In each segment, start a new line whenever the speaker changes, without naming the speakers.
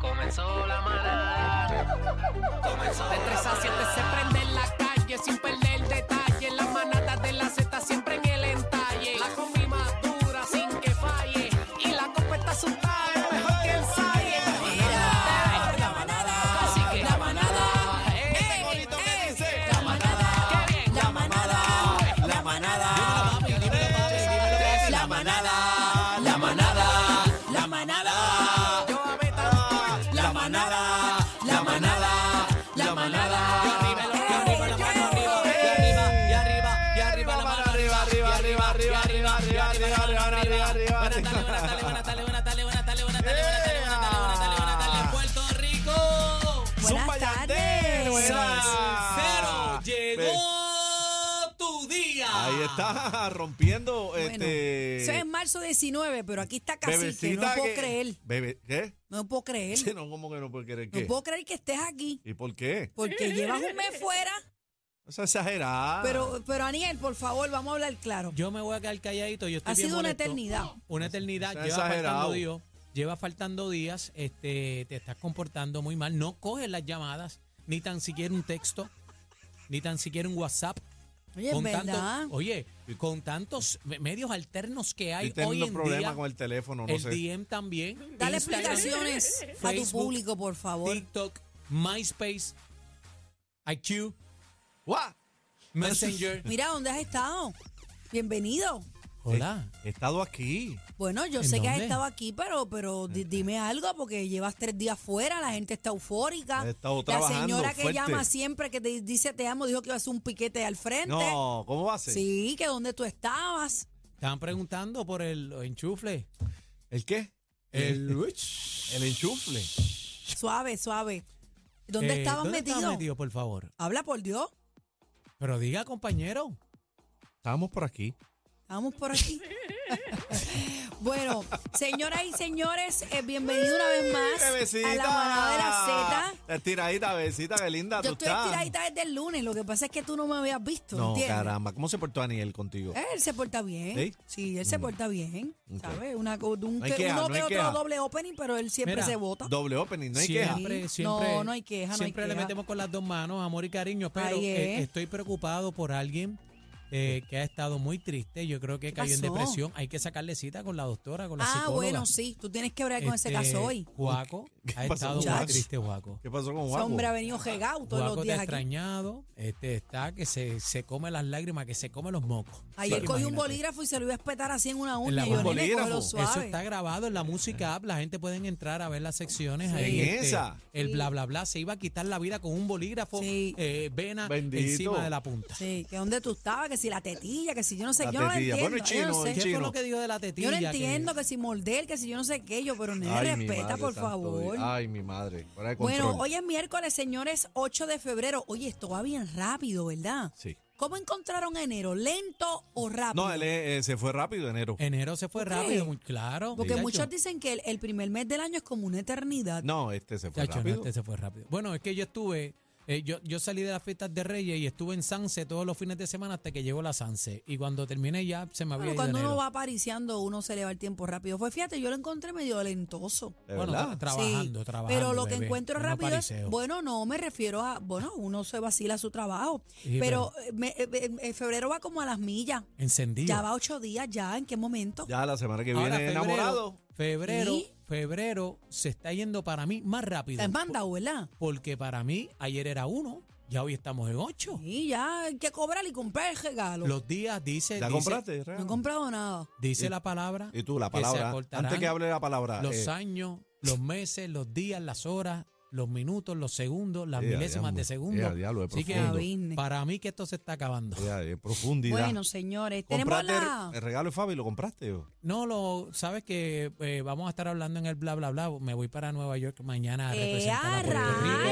Comenzó la manada. Comenzó. De 3 a 7 se prende en la calle sin perder detalle. Las manadas de la Z siempre en el entalle. La combi más dura sin que falle. Y la copa está asustada, es mejor que ensaye. Mira, la manada. Así que la manada. Ese bonito Este que dice. La manada. Qué bien. La manada. La manada. La manada. La manada. La manada. Yo a Beta. La manada, la manada, la manada. Puerto Rico.
Buenas tardes.
Cero. Llegó tu día.
Ahí está, rompiendo
Bueno,
este.
Eso es en marzo 19, pero aquí está Cacique. No
bebecita
puedo
que-
creer.
Bebe, ¿Qué?
No puedo creer.
Sí, no, ¿cómo que no puede querer qué?
No puedo creer que estés aquí.
¿Y por qué?
Porque llevas un mes fuera.
No sea exagerada.
Pero, pero Aniel, por favor, vamos a hablar claro.
Ah. Yo me voy a quedar calladito. Yo estoy
Ha
bien
sido una
molesto.
eternidad.
Una eternidad.
Está
Lleva
exagerado.
faltando días. Lleva faltando días. Este, te estás comportando muy mal. No coges las llamadas, ni tan siquiera un texto, ni tan siquiera un WhatsApp.
Oye, es
tanto-
verdad.
oye, con tantos me- medios alternos que hay
Y tengo
hoy
unos
en
problemas
día,
con el teléfono, no
el
sé.
DM también,
Dale
Instagram,
explicaciones a tu
Facebook,
público, por favor.
TikTok, MySpace, IQ,
¡Guau!
Messenger.
Mira, ¿dónde has estado? Bienvenido.
Hola.
He, he estado aquí.
Bueno, yo
¿En
sé que has
dónde? Eh,
estado aquí, pero, pero di- dime algo, porque llevas tres días fuera, la gente está eufórica.
He estado
la
trabajando
señora que
fuerte.
llama siempre, que te dice te amo, dijo que iba a hacer un piquete al frente.
No, ¿cómo va a ser?
Sí, que donde tú estabas.
Estaban preguntando por el enchufle.
¿El qué?
El,
El enchufle.
Suave, suave. ¿Dónde
Eh,
estabas
¿dónde
metido?
estabas metido, por favor?
Habla por Dios.
Pero diga, compañero.
Estábamos por aquí.
Vamos por aquí. bueno, señoras y señores, eh, bienvenido una vez más
¡Bebecita!
a la manada de la Z.
Estiradita, bebecita, qué linda
Yo
tú
estoy
estás.
estiradita desde el lunes, lo que pasa es que tú no me habías visto.
No,
¿entiendes? Eh,
caramba, ¿cómo se portó Aniel contigo?
Él se porta bien.
¿Sí?
él se porta bien.
Mm. Ok.
¿Sabes? Una, co- un,
No hay
que-
queja,
uno
no
que
hay
otro
queja.
doble opening, pero él siempre
Mira,
se vota.
Doble opening, no hay queja.
siempre,
Sí.
siempre.
No, no hay queja, no hay
Siempre
queja.
le metemos con las dos manos, amor y cariño. Pero
Ahí
eh,
es.
estoy preocupado por alguien eh, que ha estado muy triste. Yo creo que
¿Qué
cayó en
pasó?
depresión. Hay que sacarle cita con la doctora, con la
Ah,
psicóloga.
bueno, sí. Tú tienes que hablar con ese
Este,
caso hoy.
Juaco
¿Qué
ha
pasó
estado
con
muy
Chacho.
triste, Juaco.
¿Qué pasó con
Ese
Juan?
hombre ha venido jegado todos los
Juaco te ha
días aquí.
extrañado. Este, está que se, se come las lágrimas, que se come los mocos.
Ayer
Sí,
cogí un
imagínate.
bolígrafo y se lo iba a espetar así en una uña.
la
y yo,
boca.
nene, cógelo
Bolígrafo.
suave.
Eso está grabado en la música app. La gente pueden entrar a ver las secciones. ahí, este,
¿En esa?
El bla, bla, bla. Se iba a quitar la vida con un bolígrafo,
Sí.
eh, vena
Bendito.
encima de la punta.
Sí, que dónde tú estabas, que si la tetilla, que si yo no sé,
La
yo no lo
tetilla.
entiendo.
Bueno, y
yo,
chino,
no sé.
y
¿Qué
chino.
fue lo que dijo de la tetilla?
Yo no
que-
entiendo que, si morder, que si yo no sé qué, yo, pero nene,
Ay, mi
respeta,
madre,
por
santo
favor.
Dios. Ay, mi madre. Fuera de control.
Bueno, hoy es miércoles, señores, 8 de febrero. Oye, esto va bien rápido, ¿verdad?
Sí.
¿Cómo encontraron enero? ¿Lento o rápido?
No, él eh, se fue rápido enero.
Enero se fue
¿Tú
rápido,
crees?
muy claro.
Porque
muchacho.
muchos dicen que el, el primer mes del año es como una eternidad.
No, este se fue
Chacho, no,
rápido.
este se fue rápido. Bueno, es que yo estuve, eh, yo, yo salí de las fiestas de Reyes y estuve en Sanse todos los fines de semana hasta que llegó la Sanse. Y cuando terminé ya se me había
Bueno,
ido
cuando
enero.
uno va apariciando, uno se le va el tiempo rápido. Pues fíjate, yo lo encontré medio lentoso.
De
Bueno,
verdad.
tra- trabajando,
Sí,
trabajando.
Pero lo que
bebé.
encuentro
Yo no
rápido es,
pariseo.
bueno, no me refiero a, bueno, uno se vacila su trabajo,
Sí,
pero eh, me- eh, eh, eh, febrero va como a las millas,
Encendido.
ya va ocho días, ya, ¿en qué momento?
Ya la semana que
Ahora,
viene enamorado.
Febrero,
¿Y?
febrero se está yendo para mí más rápido.
Te has mandado, ¿verdad?
Porque para mí ayer era uno, ya hoy estamos en ocho.
Y ya, hay que cobrar y comprar el regalo.
Los días dice,
¿Ya
eh, dice,
compraste?
no he
regalo?
comprado nada.
dice
Y-
la palabra.
Y tú, la
que se
palabra.
acortarán
Antes que hable la palabra.
Los
eh,
años, los meses, los días, las horas, los minutos, los segundos, las
Ya,
milésimas
Eh, diablo.
de segundo.
Ya, diablo, es
Así que
profundo.
Business.
para mí que esto se está acabando.
Ya, de profundidad.
Bueno, señores, tenemos
Compraste
la...
el, el regalo de Fabi, lo compraste. yo?
No, lo sabes que eh, vamos a estar hablando en el bla bla bla. Me voy para Nueva York mañana a
¡Eh,
representar a Puerto Rico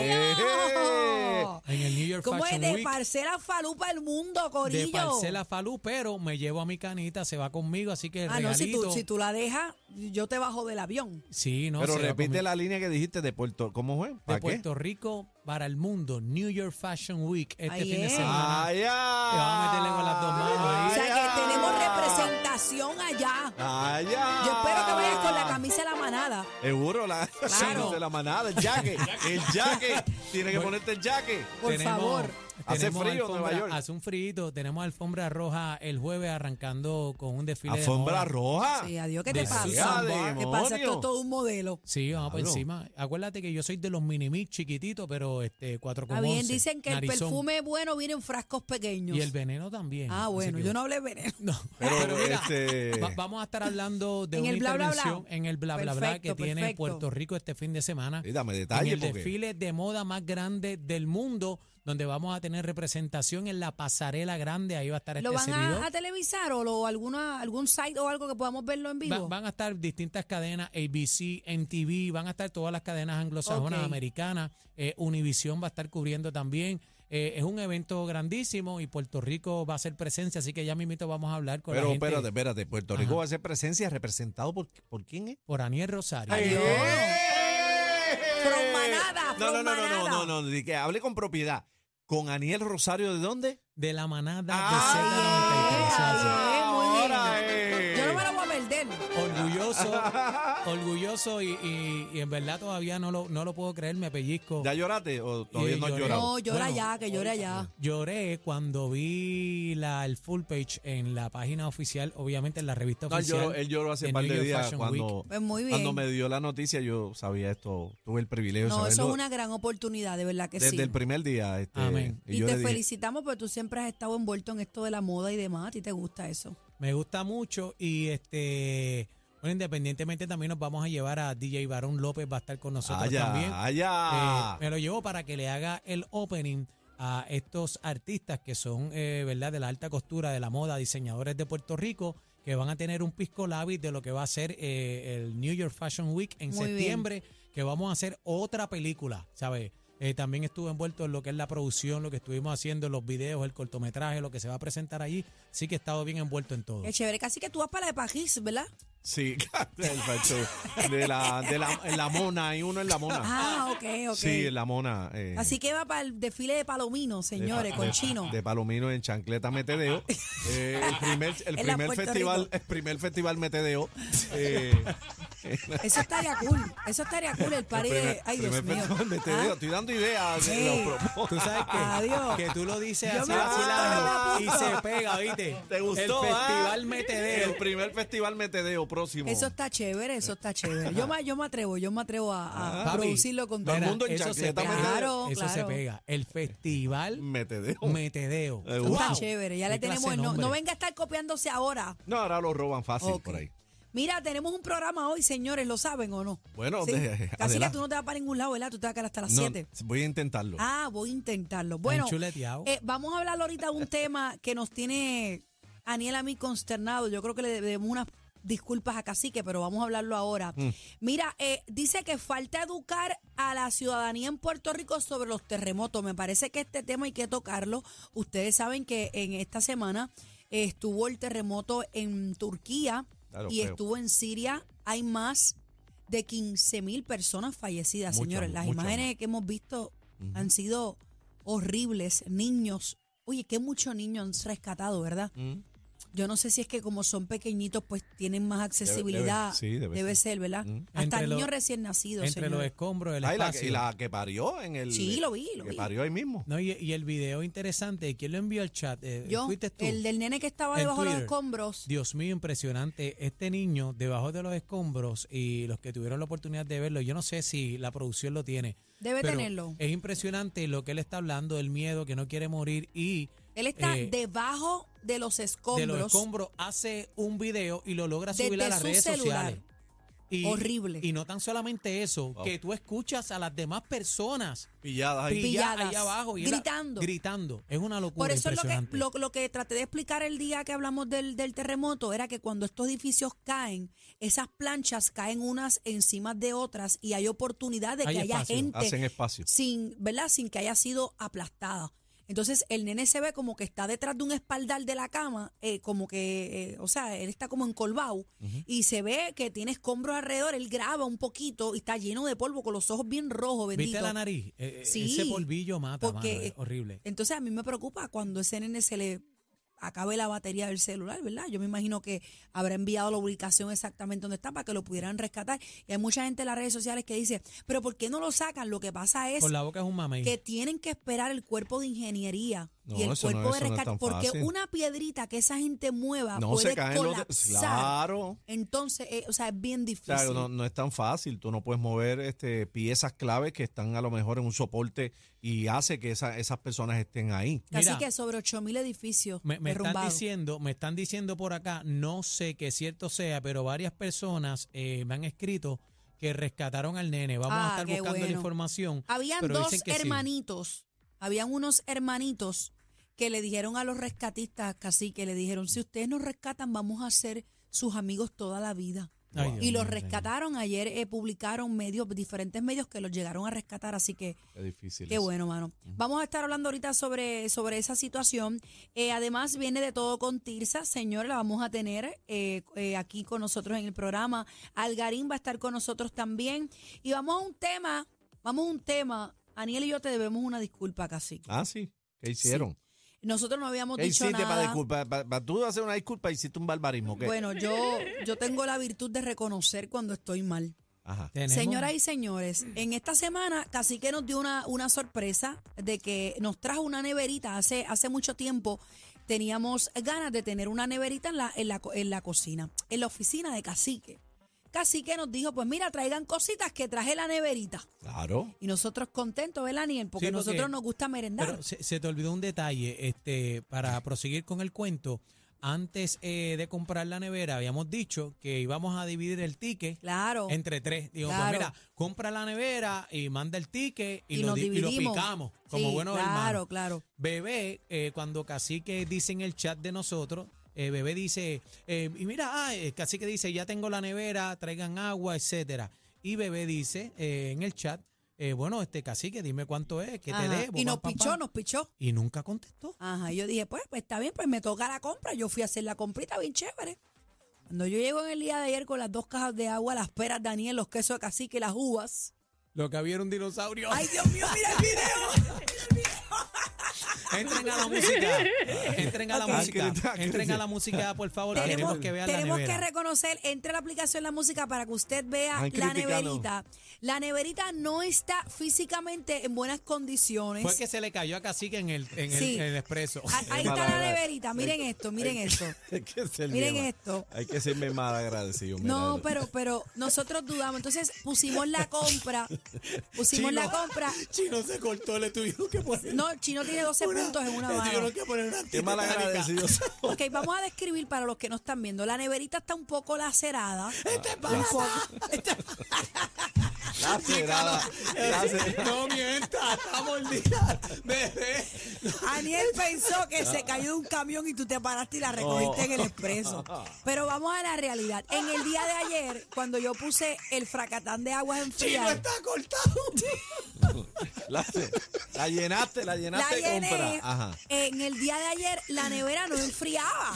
rayos!
en el New York
¿Cómo es
Fashion
de
Week
parcela falupa el mundo, Corillo?
de Parcela Falú, pero me llevo a mi canita, se va conmigo, así que el
Ah, no, si
regalito.
tú, si tú la dejas, yo te bajo del avión.
Sí, no
Pero
se va
repite
conmigo.
la línea que dijiste de Puerto. ¿Cómo fue?
de
¿Para qué?
Puerto Rico para el mundo, New York Fashion Week este
Ahí
fin de
es.
semana.
Ay, ay.
Te vas a meterle con las dos manos ahí.
O sea
ay.
que tenemos representación allá.
Ay, ay.
Yo espero que vayas con la camisa de la manada.
Seguro, la
Claro.
de la manada, el jaque. El jaque. Tiene que ponerte el jaque.
Por favor.
Hace
tenemos
frío en Nueva
alfombra-
York.
Hace un frío, tenemos alfombra roja el jueves arrancando con un desfile de
Alfombra
moda. Ah.
roja.
Sí, Eh, adiós, ¿qué
de
te pasa?
ciudad, de
¿Qué pasa? Esto
demonio.
es todo un modelo.
Sí, vamos por
Diablo.
encima. Acuérdate que yo soy de los mini mix chiquititos, pero este 4
Está bien, dicen que el perfume bueno viene en frascos pequeños.
y el veneno también.
ah,
Así
bueno,
que-
yo no hablé veneno.
No,
Pero,
pero, mira,
este-
va- vamos a estar hablando de
En
una
el bla, bla, bla.
intervención en el bla bla bla que
Perfecto,
tiene
perfecto.
Puerto Rico este fin de semana.
Sí, dame detalle,
En el
porque-
desfile de moda más grande del mundo, donde vamos a tener representación en la pasarela grande. Ahí va a estar este
¿Lo van
servidor.
a, a televisar o lo, alguna, algún site o algo que podamos verlo en
Va-
vivo?
van a estar distintas cadenas, ABC, MTV, van a estar todas las cadenas anglosajonas,
Ok.
americanas, eh, Univision va a estar cubriendo también. Eh, es un evento grandísimo y Puerto Rico va a ser presencia, así que ya mismito vamos a hablar con la
Pero
gente
espérate, espérate. Puerto
Ajá.
Rico va a ser presencia representado por, por quién es.
por Aniel Rosario.
¡Eh!
From manada,
No, no,
from
no, no, no,
manada.
no, no, di que hable con propiedad. ¿Con Aniel Rosario de dónde?
De la manada
Ah,
de
eh, muy bien.
Ahora, eh.
Yo no me lo voy a perder.
Z93. Orgulloso, orgulloso y, y- y en verdad todavía no lo, no lo puedo creer, me pellizco.
¿Ya lloraste o todavía
Sí,
no has
lloré.
llorado?
No, llora
Bueno,
ya, que llora ya.
Lloré cuando vi la, el full page en la página oficial, obviamente en la revista
No, él
oficial.
lloró, él lloró hace
de
un par
New
de
York
días
Fashion
cuando,
Week.
Pues muy bien.
cuando me dio la noticia, yo sabía esto, tuve el privilegio
No,
de
eso
saberlo
es una gran oportunidad, de verdad que
desde
sí.
el primer día. Este,
Amén.
Y,
Y,
yo
te
le dije,
felicitamos porque tú siempre has estado envuelto en esto de la moda y demás. A ti te gusta eso.
Me gusta mucho y este, bueno, independientemente también nos vamos a llevar a DJ Barón López, va a estar con
Ah,
nosotros también.
allá, allá.
Eh, me lo llevo para que le haga el opening a estos artistas que son, eh, ¿verdad?, de la alta costura, de la moda, diseñadores de Puerto Rico, que van a tener un pisco labis de lo que va a ser eh, el New York Fashion Week en
Muy bien.
septiembre, que vamos a hacer otra película, ¿sabes? Eh, también estuve envuelto en lo que es la producción, lo que estuvimos haciendo, los videos, el cortometraje, lo que se va a presentar allí. Sí que he estado bien envuelto en todo.
Qué chévere. Casi que tú vas para la de París, ¿verdad?
Sí, el falso. de la, de la, en la mona, hay uno en la mona.
Ah, ok, ok.
Sí, en la mona. eh,
Así que va para el desfile de Palomino,
de pa-
señores, con
de-
chino.
De Palomino en Chancleta Metedeo. Eh, el primer, el
En la
primer
Puerto
festival,
Rico.
el primer festival Metedeo. eh,
Eso estaría cool. Eso estaría cool, el
el
party de.
primer,
Ay, Dios
primer
mío.
festival Metedeo.
Ah,
Estoy dando ideas.
Sí.
eh, lo propongo.
¿Tú sabes qué?
Adiós.
Que tú lo dices
Yo
así
me apunto,
vacilando
yo
y
me apunto.
se pega, ¿viste?
¿Te gustó?
El
ah?
festival Metedeo.
El primer festival Metedeo próximo.
Eso está chévere, eso está chévere. Yo me, yo me atrevo, yo me atrevo a, a
Papi,
producirlo con
Ah, todo el
mira,
mundo en
eso se
chancleta
pega.
metedeo.
Claro,
Eso se
claro.
pega. El festival
Metedeo.
Metedeo.
Eh,
Eso
Wow.
Está chévere, ya le
Qué clase
tenemos.
de
No,
nombre.
no venga a estar copiándose ahora.
No, ahora lo roban fácil
Ok.
por ahí.
Mira, tenemos un programa hoy, señores, ¿lo saben o no?
Bueno,
Sí.
de-
Así que
adelante.
tú no te vas para ningún lado, ¿verdad? Tú te vas a quedar hasta las
No,
7.
voy a intentarlo.
Ah, voy a intentarlo.
Bueno,
Bueno, eh, vamos a hablar ahorita de un tema que nos tiene Aniel a mí consternado. Yo creo que le debemos unas disculpas a Cacique, pero vamos a hablarlo ahora. Mira, eh, dice que falta educar a la ciudadanía en Puerto Rico sobre los terremotos. Me parece que este tema hay que tocarlo. Ustedes saben que en esta semana eh, estuvo el terremoto en Turquía
Claro,
y
feo.
estuvo en Siria. Hay más de 15 mil personas fallecidas,
Mucho,
señores. Las
mucho.
imágenes que hemos visto han sido horribles. Niños. Oye, qué muchos niños han rescatado, ¿verdad?
Mm.
Yo no sé si es que como son pequeñitos, pues tienen más accesibilidad.
debe- sí, debe
ser, ¿verdad?
Mm.
Hasta
Entre lo-
niños recién nacidos,
entre los
señores.
escombros, el
Ah, y, la,
espacio.
y la que parió en el.
Sí, lo vi, lo
que
vi.
parió ahí mismo.
No, y, y el video interesante, ¿quién lo envió al chat? Eh,
Yo,
¿Fuiste tú?
el del nene que estaba
En
debajo de los
Twitter.
escombros.
Dios mío, impresionante. Este niño debajo de los escombros y los que tuvieron la oportunidad de verlo, yo no sé si la producción lo tiene.
Debe
pero eh,
tenerlo.
Es impresionante lo que él está hablando, el miedo, que no quiere morir y
Él está
eh,
debajo de los
de
escombros.
los escombros hace un video y lo logra subir
desde
a las
su
redes
celular.
sociales. Y,
Horrible.
Y no tan solamente eso,
Wow.
que tú escuchas a las demás personas
Pilladas ahí.
Pi-
pilladas
Pilladas.
allá abajo. y es la-
Gritando.
gritando. Es una locura
Por eso es lo que,
impresionante.
lo, lo que traté de explicar el día que hablamos del, del terremoto era que cuando estos edificios caen, esas planchas caen unas encima de otras y hay oportunidad de
Hay
que haya
espacio.
gente
Hacen espacio.
sin, ¿verdad? Sin que haya sido aplastada. Entonces el nene se ve como que está detrás de un espaldar de la cama, eh, como que, eh, o sea, él está como encolvado y se ve que tiene escombros alrededor, él graba un poquito y está lleno de polvo con los ojos bien rojos, bendito.
¿Viste la nariz? Eh, eh,
Sí,
ese polvillo mata, mano,
porque-
es horrible.
Entonces a mí me preocupa cuando ese nene se le acabe la batería del celular, ¿verdad? Yo me imagino que habrá enviado la ubicación exactamente donde está para que lo pudieran rescatar. Y hay mucha gente en las redes sociales que dice, pero ¿por qué no lo sacan? Lo que pasa es
Con la boca es un mamey.
que tienen que esperar el cuerpo de ingeniería y
No,
el
eso no,
cuerpo de
eso no es
rescate,
tan
porque
fácil.
una piedrita que esa gente mueva
No
puede
se caen los.
colapsar.
de- Claro.
Entonces, eh, o sea, es bien difícil.
Claro, no, no es tan fácil. Tú no puedes mover este, piezas clave que están a lo mejor en un soporte y hace que esa- esas personas estén ahí.
Así
Mira.
que sobre 8000 edificios
Me, me están
derrumbados.
diciendo, me están diciendo por acá, no sé qué cierto sea, pero varias personas eh, me han escrito que rescataron al nene. Vamos
Ah,
a estar
qué
buscando la
bueno.
información.
Habían
pero
dos
dicen que sí.
hermanitos, habían unos hermanitos que le dijeron a los rescatistas, casi que le dijeron, si ustedes nos rescatan, vamos a ser sus amigos toda la vida.
Ay, Dios
Y los
mío, señor.
rescataron, ayer eh, publicaron medios, diferentes medios que los llegaron a rescatar, así que
Es difícil.
Qué
eso.
bueno, mano. Vamos a estar hablando ahorita sobre, sobre esa situación. Eh, además, viene de todo con Tirsa. Señora, la vamos a tener eh, eh, aquí con nosotros en el programa. Algarín va a estar con nosotros también. Y vamos a un tema, vamos a un tema. Aniel y yo te debemos una disculpa, casi.
Ah, sí. ¿Qué hicieron?
Nosotros no habíamos
¿Qué
dicho
hiciste para
nada.
disculpar? Para, tú hacer una disculpa, hiciste un barbarismo. ¿qué?
Bueno, yo, yo tengo la virtud de reconocer cuando estoy mal.
Ajá.
Tenemos-
Señoras y señores, en esta semana Cacique nos dio una, una sorpresa de que nos trajo una neverita. Hace, hace mucho tiempo teníamos ganas de tener una neverita en la, en, la, co- en la cocina, en la oficina de Cacique. Cacique nos dijo, pues mira, traigan cositas que traje la neverita.
Claro.
Y nosotros contentos, ¿verdad, Daniel? Porque
Sí,
a
porque-
nosotros nos gusta merendar.
Pero se, se te olvidó un detalle, este, para proseguir con el cuento. Antes eh, de comprar la nevera, habíamos dicho que íbamos a dividir el ticket
claro.
entre tres. Digo,
Claro.
pues mira, compra la nevera y manda el ticket
Y
y, lo,
nos
di- y lo
dividimos.
picamos como
Sí,
buenos
Claro,
hermanos.
claro.
Bebé, eh, cuando Cacique dice en el chat de nosotros, eh, Bebé dice, eh, y mira, ah, eh, Cacique dice, ya tengo la nevera, traigan agua, etcétera. Y Bebé dice eh, en el chat, eh, bueno, este Cacique, dime cuánto es, que te
Ajá.
debo.
y nos
pam, pam,
pichó,
pam.
nos pichó.
Y nunca contestó.
Ajá, y yo dije, pues, pues está bien, pues me toca la compra. Yo fui a hacer la comprita bien chévere. Cuando yo llego en el día de ayer con las dos cajas de agua, las peras, Daniel, los quesos de cacique y las uvas.
Lo que había era un dinosaurio.
¡Ay, Dios mío, mira el video!
Entren a la música. Entren a la
Ok.
música.
Ah, que-
Entren a la música, por favor. Queremos
tenemos
que vean la
tenemos que
nevera.
reconocer, entre la aplicación la música para que usted vea
Ay,
la
criticando.
neverita. La neverita no está físicamente en buenas condiciones.
Fue que se le cayó a Cacique en el, en el,
Sí.
en el expreso.
Ah, Ahí está la neverita, miren esto, miren esto.
Hay que ser
Miren
bien-
esto.
Hay que ser bien mal agradecido. mira.
No, pero, pero nosotros dudamos. Entonces pusimos la compra, pusimos la
Chino.
compra
Chino se cortó, le tuvieron que poner.
No, Chino tiene 12 puntos en una mano.
que poner una
Qué mal agradecido.
Ok, vamos a describir para los que no están viendo. La neverita está un poco lacerada. Un poco.
Ah, Lacerada. Lacerada.
No mienta, está mordida. Bebé.
Aniel pensó que se cayó de un camión y tú te paraste y la recogiste en el expreso. Pero vamos a la realidad. En el día de ayer, cuando yo puse el fracatán de aguas enfriadas,
cortado.
La, la llenaste, la
la
llenaste de compra.
llené.
Ajá.
En el día de ayer, la nevera no enfriaba.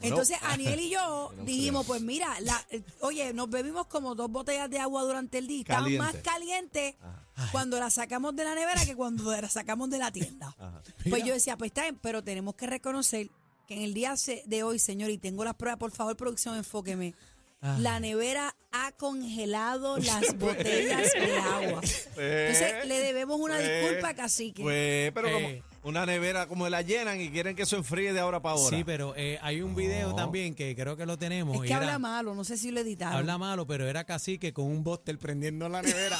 Entonces, Aniel y yo
Era un
dijimos,
frío.
pues mira, la- eh, oye, nos bebimos como dos botellas de agua durante el día. Estaban más
Caliente.
calientes cuando la sacamos de la nevera que cuando la sacamos de la tienda.
Ajá.
Pues yo decía, pues está bien, pero tenemos que reconocer que en el día se- de hoy, señor, y tengo las pruebas, por favor, producción, enfóqueme. La nevera ha congelado las botellas de agua. Entonces, le debemos una
Pues,
disculpa, cacique.
Pues, pero
Eh.
como una nevera como la llenan y quieren que eso enfríe de ahora para ahora.
Sí, pero eh, hay un video
No.
también que creo que lo tenemos.
Es que
y era-
habla malo, no sé si lo editaron.
Habla malo, pero era Cacique con un bóster prendiendo la nevera.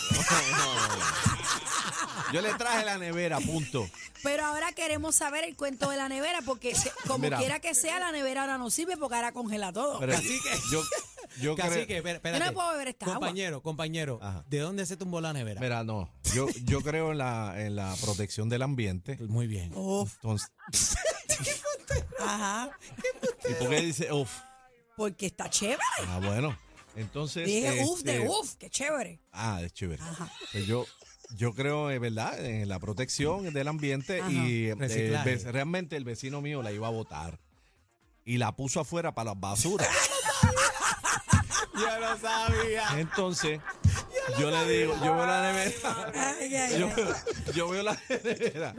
Yo le traje la nevera, punto.
Pero ahora queremos saber el cuento de la nevera, porque se- como
Mira.
quiera que sea, la nevera ahora no sirve porque ahora congela todo.
Pero yo, Yo
Cacique,
creo-
espera-
Yo
espérate.
no puedo beber esta agua.
compañero, compañero,
Ajá.
¿de dónde se tumbó la nevera?
Mira, no. Yo, yo creo en la, en la protección del ambiente.
Muy bien.
Uf,
Entonces,
ajá.
¿Y por qué dice uff?
Porque está chévere.
Ah, bueno. Entonces.
Dije
este,
uf de uf, qué chévere.
Ah, es chévere.
Ajá.
Pues yo, yo creo, eh, ¿verdad?, en la protección del ambiente
Ajá.
y eh,
Reciclaje.
el ve- realmente el vecino mío la iba a votar y la puso afuera para las basuras.
Yo lo sabía.
Entonces, yo le digo, yo veo la nevera.
Ay, ay, ay.
Yo, yo veo la nevera.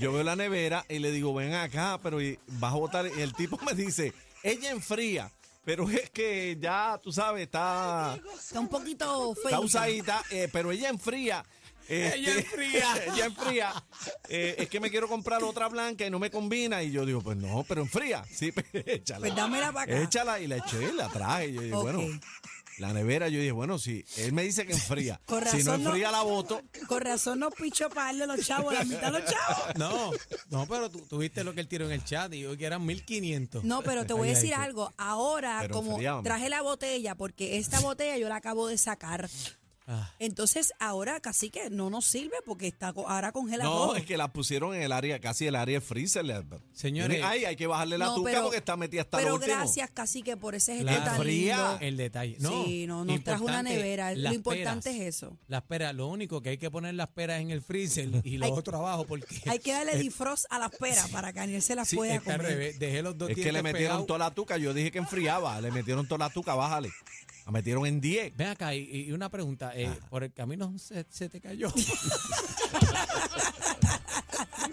Yo veo la nevera y le digo, ven acá, pero y- vas a votar. Y el tipo me dice, ella enfría, pero es que ya, tú sabes, está,
Está un poquito feo.
está usadita, eh, pero ella enfría. Este,
Ella enfría.
ella enfría. Eh, es que me quiero comprar otra blanca y no me combina. Y yo digo, pues no, pero enfría. Sí, pues, échala.
Pues dámela para acá.
Échala y la eché, la traje. Yo dije,
Ok.
bueno, la nevera, yo dije, bueno, si él me dice que enfría,
Con
si no
razón no-
enfría la voto,
Con razón no picho para darle a los chavos, la mitad de los chavos.
No, no, pero tú, tú viste lo que él tiró en el chat y dijo que eran 1500.
No, pero te voy a
Ahí, ahí,
decir
tú.
algo. Ahora,
Pero
como
enfriaban.
traje la botella, porque esta botella yo la acabo de sacar.
Ah.
Entonces, ahora casi que no nos sirve porque está co- ahora congela
no,
todo.
es que la pusieron en el área, casi el área de freezer. le-
Señores.
Ay, hay que bajarle la
No,
azúcar
pero-
porque está metida hasta
Pero
lo último.
gracias, casi que por ese gesto
La
tan
fría.
lindo.
El detalle. No,
Sí, no, nos trajo una
importante,
nevera. Lo
las
importante
peras.
es eso.
Las peras, lo único que hay que poner las peras en el freezer y
Hay-
los otros abajo porque
Hay que
Eh,
darle defrost a las peras para que Aniel se las
Sí,
pueda
está al
comer.
revés. Dejé los dos
Es que le
dientes
metieron
pegados.
toda la azúcar, yo dije que enfriaba, le metieron toda la azúcar, bájale. La metieron en 10.
Ven acá, y, y una pregunta. eh, por el camino se, se te cayó.
No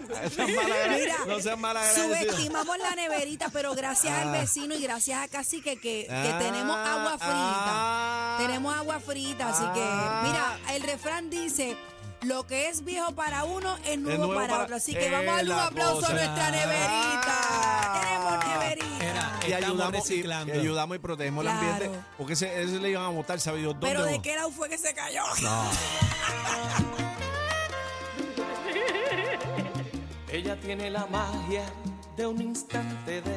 seas mala-
Mira,
no seas mala
Subestimamos la neverita, pero gracias al
Ah.
vecino y gracias a Cacique que, que tenemos agua frita. Tenemos agua frita, así que
Ah.
mira, el refrán dice, lo que es viejo para uno es nuevo,
nuevo
para,
para-
otro. Así que
Es
vamos a darle un
la
aplauso
cosa.
a nuestra neverita.
Ah.
Tenemos neverita.
Era-
Y
Estamos
ayudamos, y, y
reciclando.
ayudamos y protegemos
Claro.
el ambiente. Porque ese, ese le iban a votar, ¿sabes Dios dónde?
pero
vos?
¿de qué lado fue que se cayó?
No.
Ella tiene la magia de un instante de